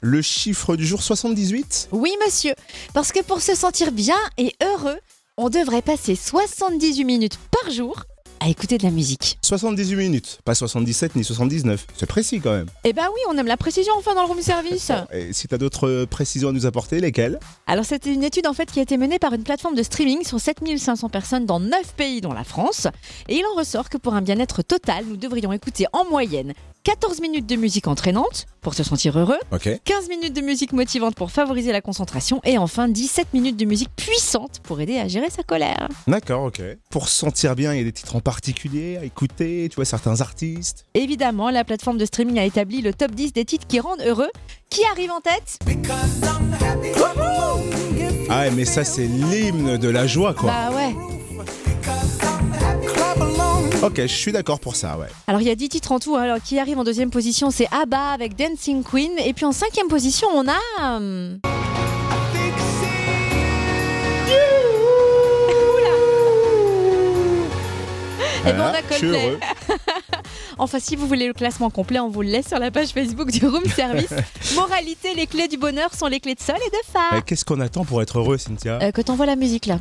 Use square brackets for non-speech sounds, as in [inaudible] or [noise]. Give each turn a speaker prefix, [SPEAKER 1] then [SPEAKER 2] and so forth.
[SPEAKER 1] Le chiffre du jour 78
[SPEAKER 2] Oui, monsieur, parce que pour se sentir bien et heureux, on devrait passer 78 minutes par jour à écouter de la musique.
[SPEAKER 1] 78 minutes, pas 77 ni 79. C'est précis quand même.
[SPEAKER 2] Eh ben oui, on aime la précision enfin dans le room service.
[SPEAKER 1] Et si t'as d'autres euh, précisions à nous apporter, lesquelles
[SPEAKER 2] Alors c'était une étude en fait qui a été menée par une plateforme de streaming sur 7500 personnes dans 9 pays dont la France. Et il en ressort que pour un bien-être total, nous devrions écouter en moyenne 14 minutes de musique entraînante pour se sentir heureux,
[SPEAKER 1] Ok.
[SPEAKER 2] 15 minutes de musique motivante pour favoriser la concentration et enfin 17 minutes de musique puissante pour aider à gérer sa colère.
[SPEAKER 1] D'accord, ok. Pour se sentir bien, il y a des titres en particulier à écouter, tu vois, certains artistes.
[SPEAKER 2] Évidemment, la plateforme de streaming a établi le top 10 des titres qui rendent heureux. Qui arrive en tête
[SPEAKER 1] Ah ouais, mais ça, c'est l'hymne de la joie, quoi.
[SPEAKER 2] Bah ouais.
[SPEAKER 1] Ok, je suis d'accord pour ça, ouais.
[SPEAKER 2] Alors il y a 10 titres en tout. hein. Alors qui arrive en deuxième position, c'est ABBA avec Dancing Queen. Et puis en cinquième position, on a. euh, Eh ben, on a
[SPEAKER 1] Ah, je suis
[SPEAKER 2] Coldplay. [laughs]
[SPEAKER 1] heureux.
[SPEAKER 2] Enfin, si vous voulez le classement complet, on vous le laisse sur la page Facebook du Room [laughs] Service. Moralité les clés du bonheur sont les clés de sol et de phare.
[SPEAKER 1] Mais Qu'est-ce qu'on attend pour être heureux, Cynthia
[SPEAKER 2] Euh, que t'envoies la musique là.